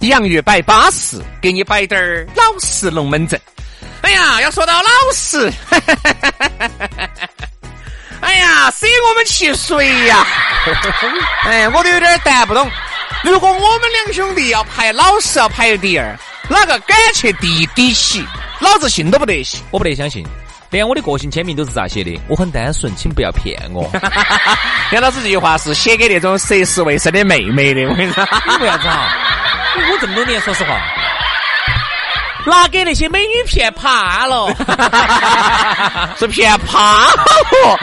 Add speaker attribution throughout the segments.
Speaker 1: 洋芋摆巴适，给你摆点儿老实龙门阵。哎呀，要说到老实，哎呀，谁我们汽水呀？哎，我都有点担不懂。如果我们两兄弟要排老实，要排第二，哪个敢去第一底起？老子信都不得信。
Speaker 2: 我不得相信，连我的个性签名都是咋写的？我很单纯，请不要骗 我。
Speaker 1: 杨老师这句话是写给那种涉世未深的妹妹的，我跟你说。
Speaker 2: 你为啥子哈？我我这么多年，说实话，拿给那些美女骗怕了。
Speaker 1: 是骗趴我。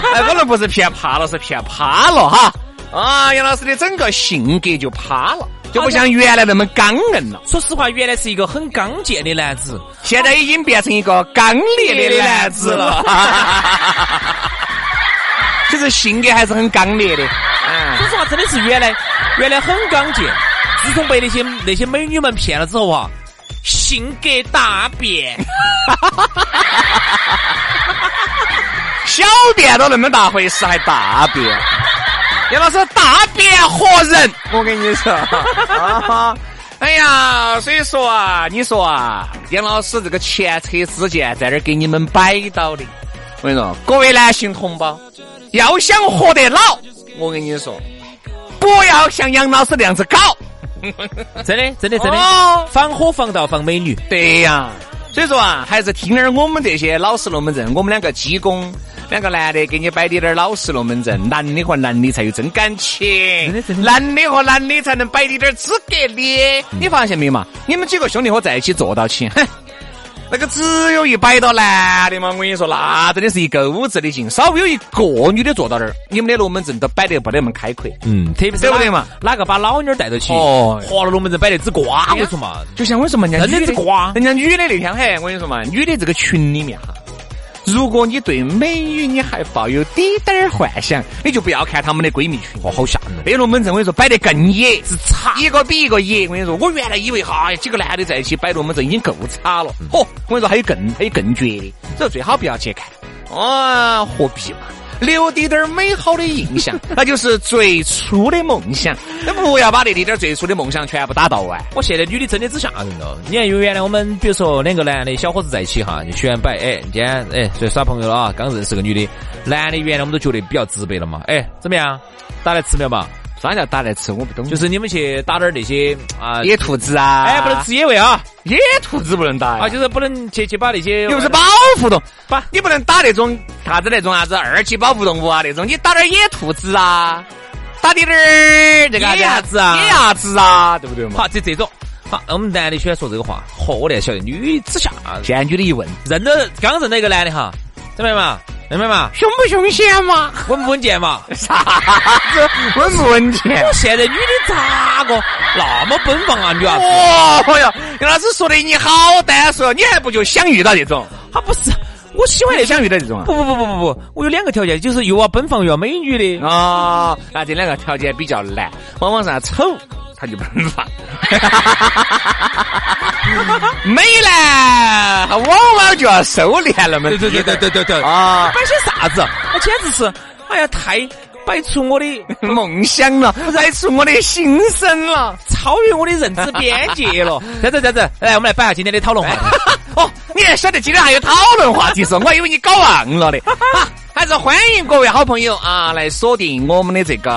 Speaker 1: 哎，可能不是骗趴了，是骗趴了哈。啊，杨老师的整个性格就趴了，就不像原来那么刚硬了，
Speaker 2: 说实话，原来是一个很刚健的男子，
Speaker 1: 现在已经变成一个刚烈的男子了。 其实性格还是很刚烈的，啊
Speaker 2: 说实话，真的是原来原来很刚健，自从被那些那些美女们骗了之后啊，性格大 变。
Speaker 1: 小便都那么大回事，还大 便。杨老师大变活人，我跟你说。 啊哎呀，所以说啊，你说啊，杨老师这个前车之鉴在这儿给你们摆到的。我跟你说，各位男性同胞，要想活得老，我跟你说，不要像杨老师那样子搞。
Speaker 2: 真的，真的，真的
Speaker 1: 哦，
Speaker 2: 防火防盗防美女，
Speaker 1: 对呀、所以说啊，还是听点儿我们这些老实龙门阵，我们两个鸡公，两个男的给你摆点点儿老实龙门阵，男的和男的才有真感情
Speaker 2: 真的真，嗯的
Speaker 1: 男的和男的才能摆点点儿资格的。你发现没有嘛？你们几个兄弟伙在一起坐到起，哼。那个只有一摆到男的嘛，我跟你说，那真的是一钩子的劲，稍微有一个女的坐到那儿，你们的龙门阵都摆得不得那么开阔。
Speaker 2: 嗯，特别是
Speaker 1: 对不
Speaker 2: 哪
Speaker 1: 对嘛？
Speaker 2: 哪个把老妞儿带到起，
Speaker 1: 哦
Speaker 2: 活了龙门阵摆那只瓜，我说嘛，
Speaker 1: 就像为什么人家
Speaker 2: 真
Speaker 1: 女
Speaker 2: 的是瓜
Speaker 1: 人家女的那天嘿，我跟你说嘛，女的这个群里面哈，如果你对美女你还抱有滴点儿幻想，你就不要看她们的闺蜜群。
Speaker 2: 哇，好吓人。
Speaker 1: 那龙门阵我跟你说摆得更野，是差一个比一个野。我跟你说，我原来以为哈几个男的在一起摆龙门阵已经够差了，嚯、我跟你说还有更还有更绝的，所以最好不要去看，啊，何必嘛？留滴点儿美好的印 象，那就是最初的梦想。那不要把那滴点儿最初的梦想全部打啊到完。
Speaker 2: 我现在女的真的只吓人了。你看，原来我们比如说两个男的小伙子在一起哈，就喜欢摆，哎，今天哎，所以耍朋友了啊，刚认识个女的，男的原来我们都觉得比较直白了嘛，哎，怎么样？打来吃没有嘛？
Speaker 1: 啥叫打来吃？我不懂。
Speaker 2: 就是你们去打点儿那些啊，
Speaker 1: 野兔子啊，
Speaker 2: 哎，不能，吃野味啊，
Speaker 1: 野兔子不能打呀
Speaker 2: 啊，，就是不能去去把那些，
Speaker 1: 又不是保护动物，
Speaker 2: 不
Speaker 1: 你不能打那种啥子那种啥子二级保护动物啊那种，你打点野兔子啊，打点儿这个
Speaker 2: 野鸭子啊
Speaker 1: 野鸭子啊，对不对嘛？
Speaker 2: 好，就这种。好，我们男的喜欢说这个话，嚯，我那晓得，女的只吓人。
Speaker 1: 现在女的一问，
Speaker 2: 认到刚认到一个男的哈，怎么样嘛？明白嘛？
Speaker 1: 凶不凶险嘛？
Speaker 2: 稳不稳健嘛？
Speaker 1: 啥子稳不稳健？
Speaker 2: 现在女的咋个那么奔放啊？女娃子，
Speaker 1: 哦哟，杨老师说的你好单纯，你还不就想遇到这种？
Speaker 2: 她啊不是，我喜欢
Speaker 1: 你
Speaker 2: 那种。
Speaker 1: 想遇到这种啊？
Speaker 2: 不不不不不不，我有两个条件，就是又要奔放又要美女的。
Speaker 1: 哦，那这两个条件比较难，往往啥丑，他就不能放；美呢，往往就要收敛了嘛。
Speaker 2: 对对对对对对对，
Speaker 1: 啊，
Speaker 2: 摆些啥子？我简直是，哎呀，太摆出我的
Speaker 1: 梦想了，摆出我的心声了。
Speaker 2: 超越我的认知边界 了。这样子这样子，来，我们来摆下今天的讨论话题。
Speaker 1: 哦，你还晓得今天还有讨论话题是？我还以为你搞忘了的。啊还是欢迎各位好朋友啊来锁定我们的这个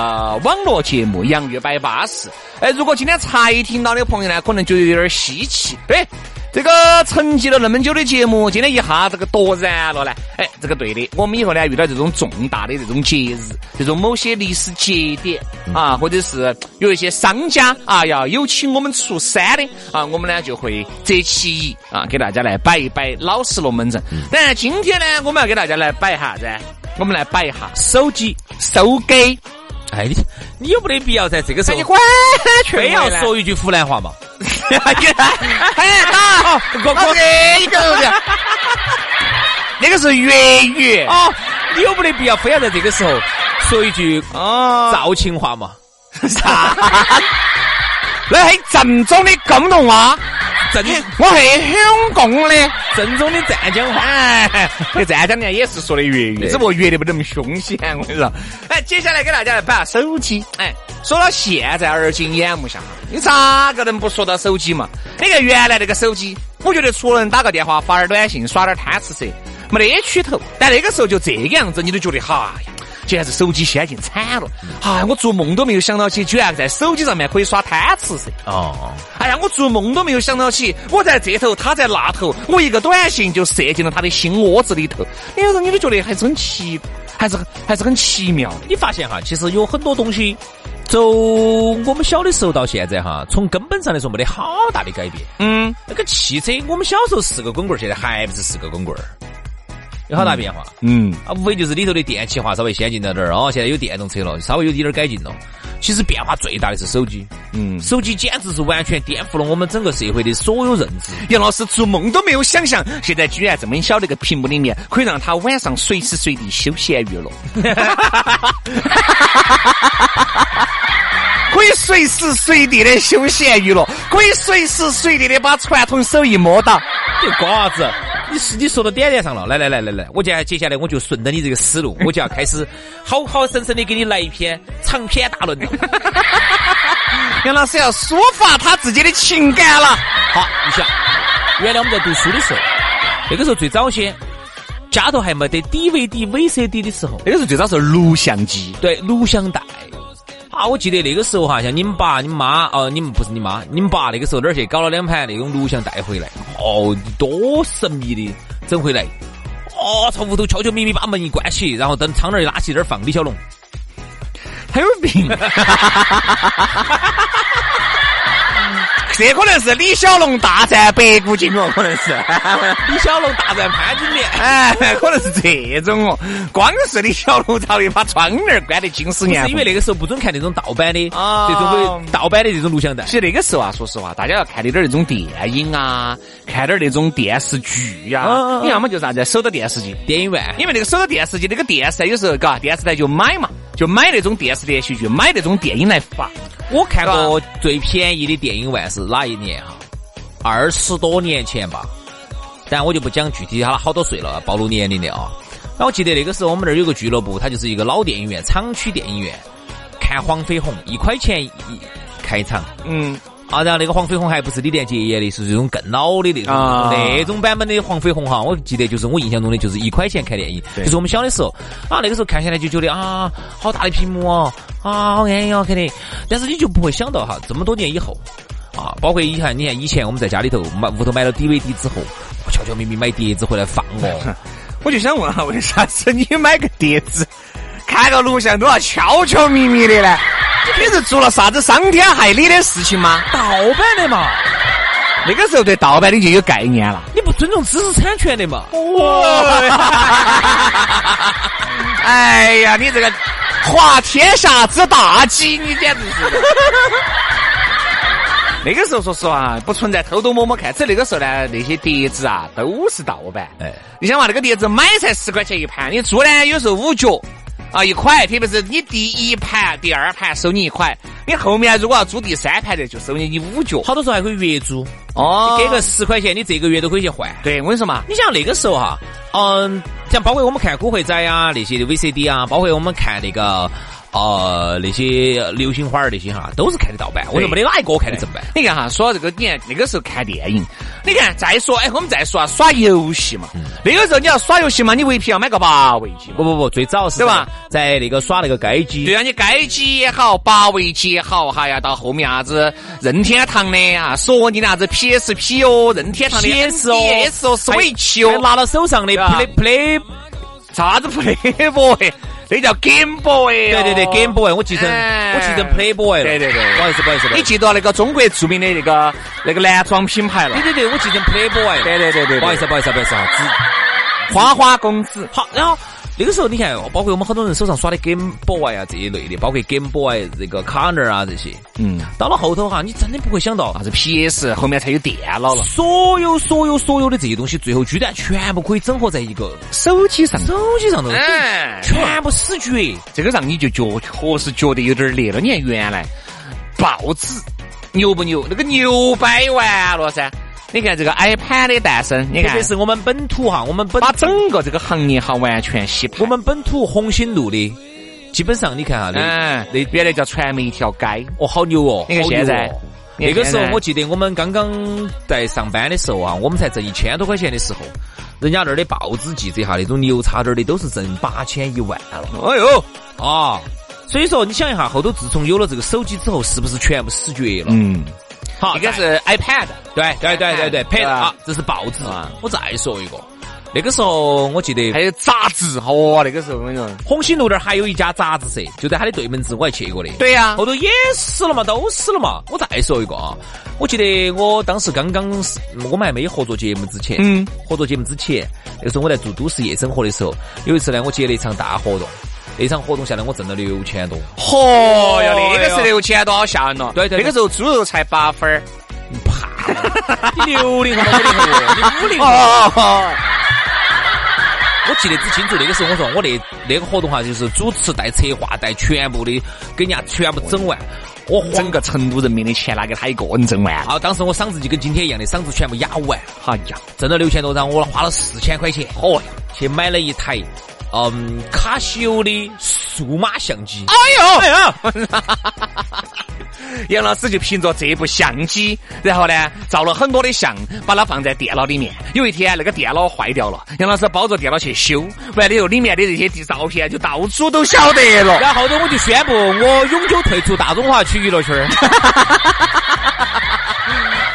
Speaker 1: 网络节目《洋芋摆巴士》。哎，如果今天才听到的朋友呢，可能觉得有点稀奇。哎，这个沉寂了那么久的节目，今天一下这个夺燃了呢。哎，这个对的，我们以后呢遇到这种重大的这种节日，这种某些历史节点啊，或者是有一些商家啊要有请我们出山的啊，我们呢就会择其一啊，给大家来摆一摆老实龙门阵。当然，今天呢我们要给大家来摆一下噻，我们来摆一下手机手机，
Speaker 2: 哎，你你有没得必要在这个时
Speaker 1: 哎
Speaker 2: 候
Speaker 1: 你管
Speaker 2: 非
Speaker 1: 全
Speaker 2: 要
Speaker 1: 要说。
Speaker 2: 说一句湖南话嘛？啊
Speaker 1: 哎，打，我我这一个 的，那个是粤语
Speaker 2: 哦，你有没得必要非要在这个时候说一句
Speaker 1: 哦，
Speaker 2: 肇庆话嘛？
Speaker 1: 啥？ 那很正宗的广东话，
Speaker 2: 正
Speaker 1: 我是香港的。
Speaker 2: 正宗的湛江话。
Speaker 1: 哎，这湛江人也是说的粤语，
Speaker 2: 对
Speaker 1: 只不过粤的不那么凶险，我跟你说。哎，接下来给大家来摆下手机。哎，说到现在而今眼目下，你咋个能不说到手机嘛？那个原来那个手机，我觉得除了能打个电话、发点短信、耍点贪吃蛇，没得取头。但那个时候就这个样子，你都觉得哈呀。简直手机先进惨了！哎，我做梦都没有想到起，居然在手机上面可以耍贪吃蛇。
Speaker 2: 哦，
Speaker 1: 哎呀，我做梦都没有想到起，我在这头，他在那头，我一个短信就射进了他的心窝子里头。那个时候你都觉得还是很奇，还是还是很奇妙的。
Speaker 2: 你发现哈，其实有很多东西，走我们小的时候到现在哈，从根本上来说没得好大的改变。
Speaker 1: 嗯，
Speaker 2: 那个汽车，我们小时候是个滚棍儿，现在还不是是个滚棍儿，有好大变化。
Speaker 1: 嗯，
Speaker 2: 啊，无非就是里头的电气化稍微先进了点儿，哦，现在有电动车了，稍微有一点儿改进了。其实变化最大的是手机，
Speaker 1: 嗯
Speaker 2: 手机简直是完全颠覆了我们整个社会的所有认知。
Speaker 1: 杨老师做梦都没有想象，现在居然这么小的一个屏幕里面，可以让他晚上随时随地休闲娱乐，可以随时随地的休闲娱乐，可以随时随地的把传统手艺摸到。
Speaker 2: 这瓜子，你是你说到点点上了。来来来来来，我接接下来我就顺着你这个思路，我就要开始好好生生的给你来一篇长篇大论了。
Speaker 1: 杨老师要抒发他自己的情感了。
Speaker 2: 好，你想，原来我们在读书的时候，那个时候最早些，家头还没得 DVD、VCD 的时候，
Speaker 1: 那个时候最早是录像机，
Speaker 2: 对，录像带。啊，我记得那个时候哈，像你们爸、你们妈，哦，你们不是你妈，你们爸那个时候哪儿去搞了两盘那种录像带回来，哦，多神秘的，整回来，哦，从屋头悄悄咪咪把门一关起，然后等窗帘一拉起，在那儿放李小龙，
Speaker 1: 他有病。这可能是李小龙大战白骨精哦，可能是，
Speaker 2: 李小龙大战潘金莲，
Speaker 1: 哎，可能是这种哦。光是李小龙咋会把窗帘关得金丝
Speaker 2: 不
Speaker 1: 眼
Speaker 2: 是
Speaker 1: 红？
Speaker 2: 因为那个时候不准看那种盗版的，
Speaker 1: 哦
Speaker 2: 这种会盗版的这种录像带
Speaker 1: 其。实那个时候啊，说实话，大家要看的点儿那种电影啊，看点儿那种电视剧呀、
Speaker 2: 嗯嗯嗯
Speaker 1: 你要么就啥子，守着电视机。
Speaker 2: 电影院，
Speaker 1: 因为那个守着电视机，那个电视台有时候，嘎，电视台就买嘛，就买那种电视连续剧，买那种电影来发。
Speaker 2: 我看过最便宜的电影院是哪一年啊？二十多年前吧，但我就不讲具体他好多岁了，暴露年龄的啊。那我记得那个时候我们那儿有个俱乐部，它就是一个老电影院，厂区电影院，看黄飞鸿一块钱一开场
Speaker 1: 嗯，
Speaker 2: 啊。然后那个黄飞鸿还不是李连杰演的，是这种更老的那种、
Speaker 1: 啊
Speaker 2: 那种版本的黄飞鸿哈。我记得就是我印象中的就是一块钱看电影，
Speaker 1: 对
Speaker 2: 就是我们小的时候啊，那个时候看下来就觉得啊，好大的屏幕哦，啊，好安逸哦，看的。但是你就不会想到哈，这么多年以后。啊，包括以前，你看以前我们在家里头买屋头买了 DVD 之后，我悄悄咪咪买碟子回来放 哦。
Speaker 1: 我就想问下，为啥子你买个碟子，看个录像都要悄悄咪咪的呢？你是做了啥子伤天害理的事情吗？
Speaker 2: 盗版的嘛，
Speaker 1: 那个时候对盗版的就有概念了。
Speaker 2: 你不尊重知识产权的嘛。
Speaker 1: 哦哎呀，你这个滑天下之大稽，你简直是。那个时候，说实话，不存在偷偷摸摸看。只那个时候呢，那些碟子啊，都是盗版。
Speaker 2: 哎
Speaker 1: 你想嘛，那个碟子买才十块钱一盘，你租呢有时候五角啊一块，特别是你第一盘、第二盘收你一块，你后面如果要租第三盘的，就收你你五角。
Speaker 2: 好多时候还可以月租，
Speaker 1: 哦
Speaker 2: 给个十块钱，你这个月都可以去换。
Speaker 1: 对，我跟你说嘛，
Speaker 2: 你像那个时候哈，啊嗯，像包括我们看《古惑仔》啊那些的 VCD 啊，包括我们看那个呃那些流星花儿那些哈，都是看得盗版，我说没得哪一个看得正版。
Speaker 1: 你看哈，说到这个，你看那个时候看电影，你看再说，哎，我们再说啊，耍游戏嘛，
Speaker 2: 嗯
Speaker 1: 那个时候你要耍游戏嘛，你 VP 要买个八位机嘛，
Speaker 2: 不不不，最早是
Speaker 1: 对吧？
Speaker 2: 在那个耍那个街机，
Speaker 1: 对啊，你街机也好，八位机也好，哈呀，到后面啥子任天堂的啊，索尼的啥子 PSP 哦，任天堂的
Speaker 2: PS 哦
Speaker 1: NDS 哦，Switch
Speaker 2: 还
Speaker 1: 哦，
Speaker 2: 拿到手上的
Speaker 1: 对吧
Speaker 2: Play Play，
Speaker 1: 啥子 Playboy，那叫 Game Boy，
Speaker 2: 对
Speaker 1: 哦
Speaker 2: 对对，Game。Boy，我记成
Speaker 1: 哎
Speaker 2: 我记成 Play Boy 了。
Speaker 1: 对对对
Speaker 2: 不好意思不好意思，不好
Speaker 1: 你
Speaker 2: 意思
Speaker 1: 记到那个中国著名的那个那个男装品牌了
Speaker 2: 对？对对，我记成 Play Boy 了。
Speaker 1: 对对对对对
Speaker 2: 不好意思不好意思不好意思啊，只
Speaker 1: 花花公子，
Speaker 2: 好，然后那个时候你看，包括我们很多人手上耍的 Game Boy 啊这一类的，包括 Game Boy 这个 Color 啊这些，
Speaker 1: 嗯，
Speaker 2: 到了后头哈，你真的不会想到
Speaker 1: 啥，子 PS 后面才有电脑了，
Speaker 2: 所有所有所有的这些东西，最后居然全部可以整合在一个
Speaker 1: 手机上
Speaker 2: 手机上头，
Speaker 1: 哎
Speaker 2: 全部死绝。
Speaker 1: 这个让你就觉确实觉得有点儿累了。你看原来报纸牛不牛？那个牛掰完了噻。你看这个 iPad 的诞生，你
Speaker 2: 特
Speaker 1: 看
Speaker 2: 别是我们本土哈，我们本
Speaker 1: 把整个这个行业哈完全洗盘。
Speaker 2: 我们本土红星路的，基本上你看哈，那
Speaker 1: 嗯，那原来叫传媒一条街，
Speaker 2: 哦，好牛哦！
Speaker 1: 你看
Speaker 2: 好牛
Speaker 1: 现在
Speaker 2: 哦
Speaker 1: 你
Speaker 2: 那
Speaker 1: 看
Speaker 2: 个
Speaker 1: 现
Speaker 2: 时候
Speaker 1: 在
Speaker 2: 我记得我们刚刚在上班的时候啊，我们才挣一千多块钱的时候，人家那儿的报纸记者哈，那种牛叉点儿的都是挣八千一万了
Speaker 1: 哎呦，
Speaker 2: 啊！所以说，你想一下，后头自从有了这个手机之后，是不是全部死绝了？
Speaker 1: 嗯，
Speaker 2: 好
Speaker 1: 应该是 iPad，
Speaker 2: 对对对对对，拍
Speaker 1: 对
Speaker 2: 的
Speaker 1: 吧
Speaker 2: 啊，这是报纸
Speaker 1: 啊。
Speaker 2: 我再说一个，那个时候我记得
Speaker 1: 还有杂志，哦，那个时候我跟你说，
Speaker 2: 红星路那儿还有一家杂志社，就在它的对门子，我还去过的。
Speaker 1: 对呀
Speaker 2: 后头也死了嘛，都死了嘛。我再说一个啊，我记得我当时刚刚是我们还没合作节目之前，
Speaker 1: 嗯，
Speaker 2: 合作节目之前，那个时候我在做都市夜生活的时候，有一次呢，我接了一场大活动，那场活动下来我挣了六千多，
Speaker 1: 嚯哦哟，那个时候六千多好吓人哦。
Speaker 2: 对对对
Speaker 1: 那个时候猪肉才八分儿。
Speaker 2: 你六零后，我零后，你五零后。
Speaker 1: 哦，
Speaker 2: 我记得只清楚，那个时候我说我那那个活动哈，就是主持带策划带全部的，给人家全部整完，我慌
Speaker 1: 哦整个成都人民的钱拿给他一个人挣完了。
Speaker 2: 啊！当时我嗓子就跟今天一样的，嗓子全部哑完，
Speaker 1: 哎呀，
Speaker 2: 挣了六千多，然后我花了四千块钱，
Speaker 1: 啊
Speaker 2: 哦，去买了一台嗯卡西欧的数码相机。
Speaker 1: 哎呦，哎呀， 杨老师就凭着这部相机，然后呢照了很多的相，把它放在电脑里面。有一天那个电脑坏掉了，杨老师抱着电脑去修，完了以后里面的这些照片就到处都晓得了。
Speaker 2: 然后后头我就宣布我永久退出大中华区娱 乐圈儿。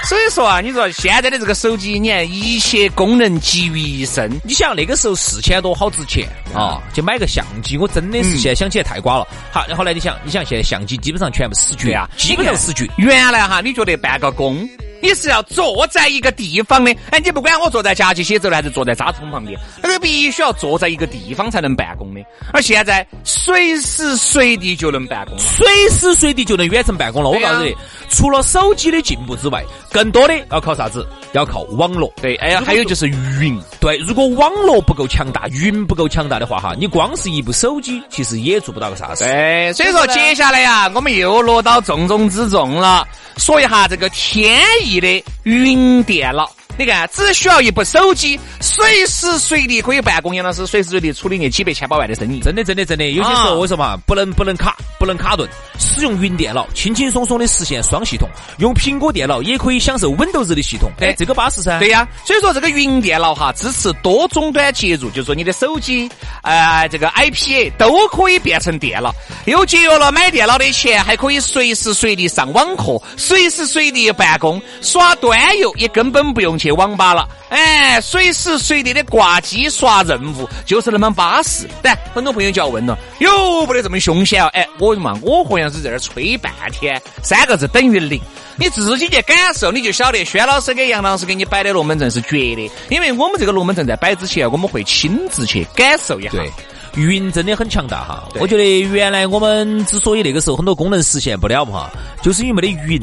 Speaker 1: 所以说啊，你说现在的这个手机，你看一切功能集于一身。
Speaker 2: 你想那个时候四千多好值钱啊，就买个相机，我真的是
Speaker 1: 嗯
Speaker 2: 现在想起来太瓜了。好，然后呢，你想，你想现在相机基本上全部死绝
Speaker 1: 对啊
Speaker 2: 基本上死绝。
Speaker 1: 原来哈，你觉得办个工，你是要坐在一个地方的。哎，你不管我坐在夹起写字楼还是坐在渣桶旁边，那个必须要坐在一个地方才能办公的。而现在随时随地就能办公了。
Speaker 2: 随时随地就能远程办公了。我
Speaker 1: 对啊
Speaker 2: 告诉你，除了手机的进步之外，更多的要靠啥子？要靠网络。
Speaker 1: 对，哎呀，还有就是云，
Speaker 2: 对，如果网络不够强大，云不够强大的话，哈，你光是一部手机，其实也做不到个啥事。
Speaker 1: 对，所以说接下来呀、我们又落到重中之重了，说一下这个天翼的云电脑。你看，啊只需要一部手机，随时随地可以办公。杨老师随时随地处理你几百千把万的生意。
Speaker 2: 真的，真的，真的，有些时
Speaker 1: 啊
Speaker 2: 候我说嘛，不能不能卡，不能卡顿，使用云电脑，轻轻松松的实现双系统，用苹果电脑也可以享受 Windows 的系统。
Speaker 1: 对
Speaker 2: 哎，这个巴适噻。
Speaker 1: 对呀、所以说这个云电脑哈，支持多终端接入，就是说你的手机、呃这个 IPA 都可以变成电脑，又节约了买电脑的钱，还可以随时随地上网课，随时随地办公，耍端游也根本不用去网吧了，哎，随时随地的挂机刷任务，就是那么巴适。但很多朋友就要问了，有不得这么凶险哦？哎，我嘛，我和杨是在这儿吹半天，三个字等于零。你自己去感受，你就晓得轩老师跟杨老师给你摆的龙门阵是绝的，因为我们这个龙门阵在摆之前，我们会亲自去感受一下。
Speaker 2: 对，云真的很强大哈。
Speaker 1: 对
Speaker 2: 我觉得原来我们之所以那个时候很多功能实现不了哈，就是因为没得云。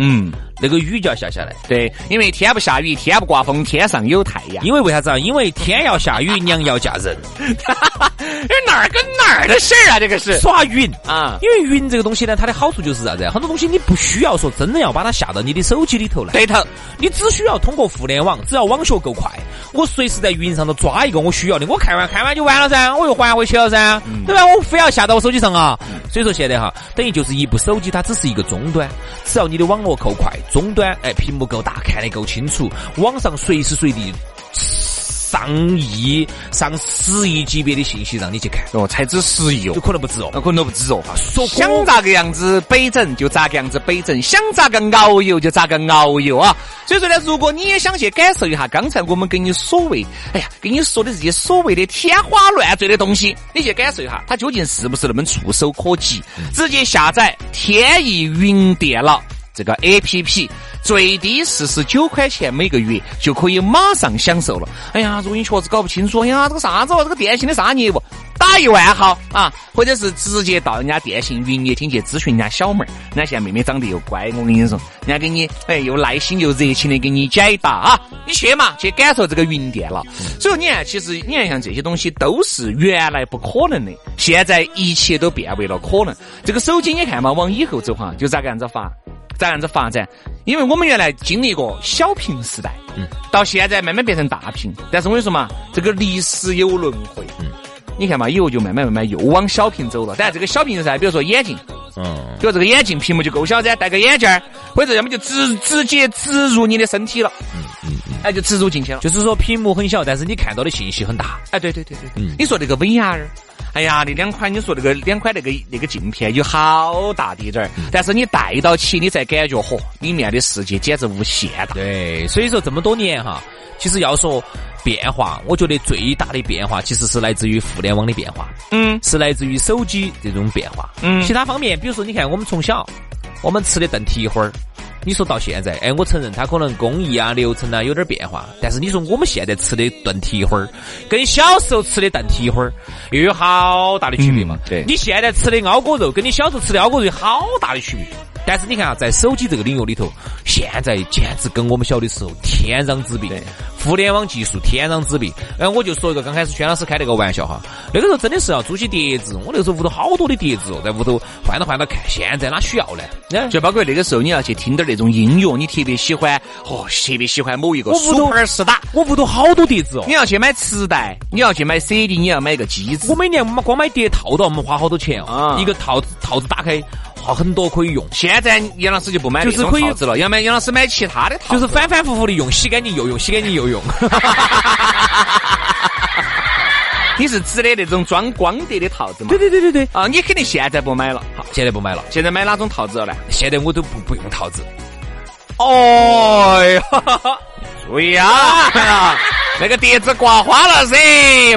Speaker 1: 嗯，
Speaker 2: 那个雨就要下下来。
Speaker 1: 对，因为天不下雨，天不刮风，天上有太 阳。
Speaker 2: 因为为啥子啊？因为天要下雨，娘要嫁人。
Speaker 1: 这哎哪儿跟哪儿的事儿啊？这个是
Speaker 2: 耍云
Speaker 1: 啊
Speaker 2: 因为云这个东西呢，它的好处就是啥子啊？很多东西你不需要说真的要把它下到你的手机里头来，
Speaker 1: 对头，
Speaker 2: 你只需要通过互联网，只要网速够快，我随时在云上头抓一个我需要的，我看完看完就完了噻，我又还回去了噻，对吧？我非要下到我手机上啊。所以说现在哈，等于就是一部手机，它只是一个终端，只要你的网络够快，终端哎屏幕够大，看得够清楚，网上随时随地。上亿、上十亿级别的信息让你去看，
Speaker 1: 哦，才只十亿哦
Speaker 2: 这，可能不止哦。
Speaker 1: 那可能都不止哦。
Speaker 2: 说过
Speaker 1: 想咋个样子摆整就咋个样子摆整，想咋个遨游就咋个遨游啊！所以说呢，如果你也想去感受一下刚才我们给你所谓，哎呀，给你说的这些所谓的天花乱坠的东西，你去感受一下，它究竟是不是那么触手可及？直接下载天翼云电脑这个 APP。最低四十九块钱每个月就可以马上享受了。哎呀，如果你确实搞不清楚，哎呀，这个啥子哦，这个电信的啥业务，打一万号啊，或者是直接到人家电信云业厅去咨询人家小妹儿，人家现在妹妹长得又乖，我跟你说，人家给你哎又耐心又热情的给你解答啊，你去嘛，去感受这个云电脑。所以说你看，其实你看像这些东西都是原来不可能的，现在一切都变为了可能。这个手机你看嘛，往以后走哈，就咋个样子发。咋样子发展？因为我们原来经历过小屏时代，
Speaker 2: 嗯
Speaker 1: 到现在慢慢变成大屏。但是我跟你说嘛，这个历史有轮回，
Speaker 2: 嗯
Speaker 1: 你看嘛，以后就慢慢慢慢又往小屏走了。但这个小屏噻，比如说眼镜，
Speaker 2: 嗯，
Speaker 1: 比如这个眼镜屏幕就够小噻，戴个眼镜儿，或者要么就直直接植入你的身体了，哎，就植入进去了。
Speaker 2: 嗯就是说屏幕很小，但是你看到的信息很大。
Speaker 1: 哎，对对对对对，
Speaker 2: 嗯
Speaker 1: 你说那个 VR，哎呀，那两款你说那个两款那个那个镜片有好大的点儿，
Speaker 2: 嗯
Speaker 1: 但是你戴到起，你才感觉嚯，里面的世界简直无限大。
Speaker 2: 对，所以说这么多年哈，其实要说变化，我觉得最大的变化其实是来自于互联网的变化，
Speaker 1: 嗯
Speaker 2: 是来自于手机这种变化。
Speaker 1: 嗯
Speaker 2: 其他方面，比如说你看我们从小我们吃的炖蹄花儿。你说到现在，哎，我承认它可能工艺啊、流程啊有点变化，但是你说我们现在吃的炖蹄花儿，跟小时候吃的炖蹄花儿又有好大的区别嘛？
Speaker 1: 嗯对
Speaker 2: 你现在吃的熬锅肉跟你小时候吃的熬锅肉有好大的区别。但是你看啊，在手机这个领域里头，现在简直跟我们小的时候天壤之别
Speaker 1: 对，
Speaker 2: 互联网技术天壤之别。哎，我就说一个，刚开始轩老师开了个玩笑哈，那个时候真的是要租起碟子，我那个时候屋头好多的碟子哦，在屋头换到换到看，现在哪需要呢？哎
Speaker 1: 就包括那个时候，你要去听点那种音乐，你特别喜欢，哦，特别喜欢某一个
Speaker 2: 我不懂
Speaker 1: super star，
Speaker 2: 我屋头好多碟子哦
Speaker 1: 你。要去买磁带，你要去买 CD，你要买个机
Speaker 2: 我
Speaker 1: 子，
Speaker 2: 每年买光买碟套到我们花好多钱哦，
Speaker 1: 啊
Speaker 2: 一个套套子打开，好很多可以用，
Speaker 1: 现在杨老师就不买
Speaker 2: 就
Speaker 1: 这
Speaker 2: 是
Speaker 1: 种
Speaker 2: 可以
Speaker 1: 套子了，要买杨老师买其他的套
Speaker 2: 就
Speaker 1: 子。
Speaker 2: 是反反复复的用，洗干净又用，洗干净又用。
Speaker 1: 你是指的那种装光碟的套子嘛？
Speaker 2: 对对对对，
Speaker 1: 啊，你肯定现在不买了，
Speaker 2: 好，现在不买了，
Speaker 1: 现在买哪种套子了呢？
Speaker 2: 现在我都不不用套子。
Speaker 1: 哦
Speaker 2: 哎
Speaker 1: 哟， 注意啊！那个碟子刮花了噻，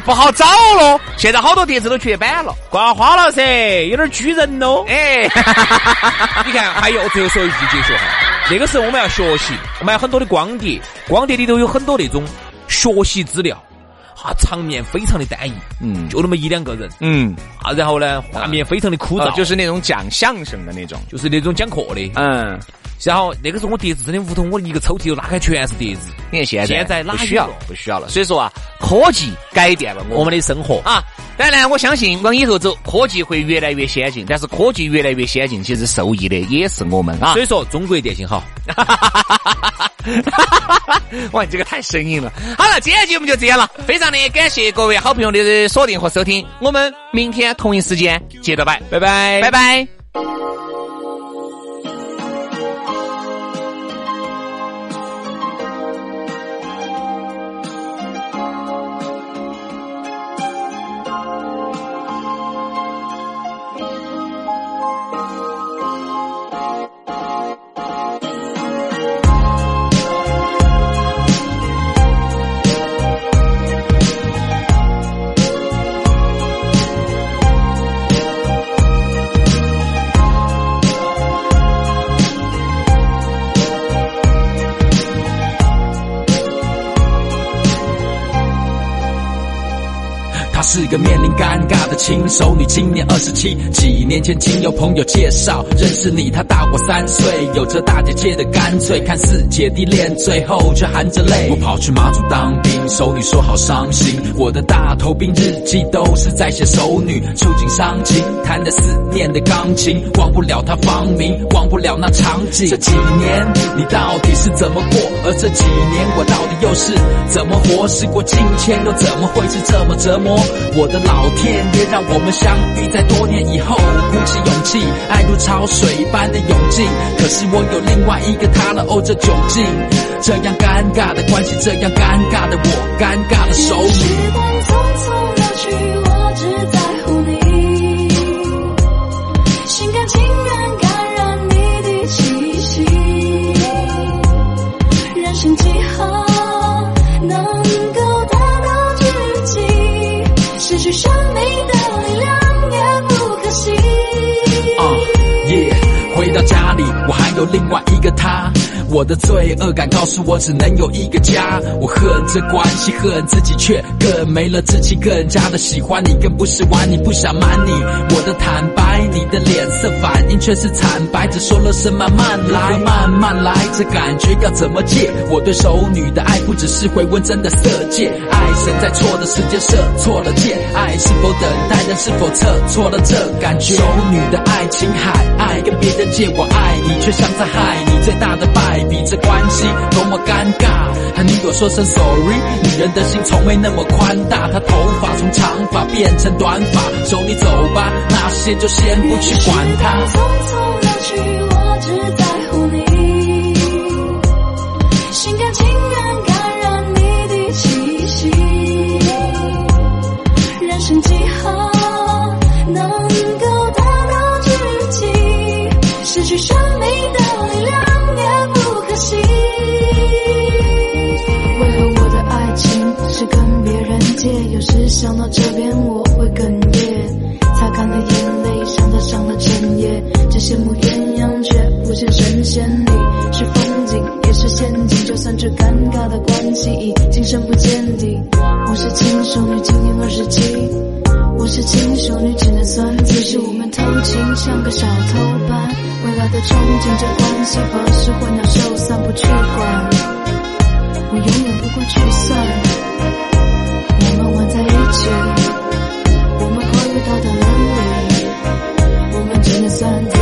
Speaker 1: 不好找了。现在好多碟子都绝版了。
Speaker 2: 刮花了噻，有点拘人哦喽。
Speaker 1: 哎，
Speaker 2: 你看，还有最后说一句解说哈，那个时候我们要学习，我们有很多的光碟，光碟里头有很多那种学习资料，哈，场面非常的单一，
Speaker 1: 嗯
Speaker 2: 就那么一两个人
Speaker 1: 嗯，
Speaker 2: 啊，然后呢，画面非常的枯
Speaker 1: 啊
Speaker 2: 燥，
Speaker 1: 就是那种讲相声的那种。
Speaker 2: 就是那种讲课的。
Speaker 1: 嗯，
Speaker 2: 然后那个时候我碟子真的屋头，我一个抽屉都拉开全是碟子，
Speaker 1: 你看现在
Speaker 2: 现在哪
Speaker 1: 不
Speaker 2: 有
Speaker 1: 需要了，不需要了。所以说啊，科技改变了
Speaker 2: 我
Speaker 1: 我们
Speaker 2: 们的生活。
Speaker 1: 啊。当然，我相信往以后走，科技会越来越先进。但是科技越来越先进，其实受益的也是我们啊
Speaker 2: 所。以说，中国电信好。
Speaker 1: 哇，你这个太生硬了。好了，今天节目就这样了，非常的感谢各位好朋友的锁定和收听，我们明天同一时间接着拜，
Speaker 2: 拜拜
Speaker 1: 拜拜。
Speaker 3: Thank 她是个面临尴尬的轻熟女，今年二十七，几年前经由朋友介绍认识你，她大我三岁，有着大姐姐的干脆，看似姐弟恋，最后却含着泪，我跑去马祖当兵，熟女说好伤心，我的大头兵日记都是在写熟女，触景伤情，弹着思念的钢琴，忘不了她芳名，忘不了那场景，这几年你到底是怎么过？而这几年我到底又是怎么活？时过境迁，又怎么会是这么折磨？我的老天爷，让我们相遇在多年以后，鼓起勇气，爱如潮水般的涌进。可惜我有另外一个他了，哦，这窘境，这样尴尬的关系，这样尴尬的我，尴尬的手
Speaker 4: 时
Speaker 3: 语。
Speaker 4: 光匆匆流去，我只在乎你。心甘情愿感染你的气息，人生几何能够达到知己？失去生命的力量也不可惜。
Speaker 3: 啊耶！回到家里，我还有另外一个他。我的罪恶感告诉我，只能有一个家。我恨这关系，恨自己，却更没了志气，更加的喜欢你，更不是玩你，不想瞒你。我的坦白，你的脸色反应却是惨白，只说了声慢慢来，慢慢来，这感觉要怎么戒？我对熟女的爱，不只是回温真的色戒，爱神在错的时间射错了箭，爱是否等待，人是否测错了这感觉？熟女的爱情海，爱跟别人借我爱你，却像在害你。最大的败笔，这关系多么尴尬。和女友说声 sorry，女人的心从没那么宽大。她头发从长发变成短发，手你走吧，那些就先不去管它。
Speaker 4: 匆匆流去，我只在乎你。心甘情愿感染你的气息，人生几何能够达到知己？失去生命的力量也不可惜。为何我的爱情是跟别人借？有时想到这边我会哽咽，擦干的眼泪，想着上了整夜，只羡慕鸳鸯却不羡神仙里是风景也是陷阱，就算这尴尬的关系已经深不见底。我是轻熟女，今年二十七。我是轻熟女，只能算自己。我们偷情像个小偷般，未来的憧憬，这关系何时会鸟兽散，不去管。我永远不会去算。我们玩在一起，我们会遇到的伦理，我们只能算自己。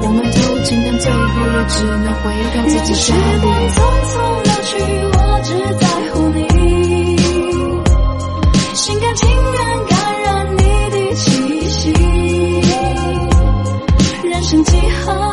Speaker 4: 我们偷情，但最后也只能回到自己手里。匆匆流去，我只在乎你。心甘情愿感染你的气息，人生几何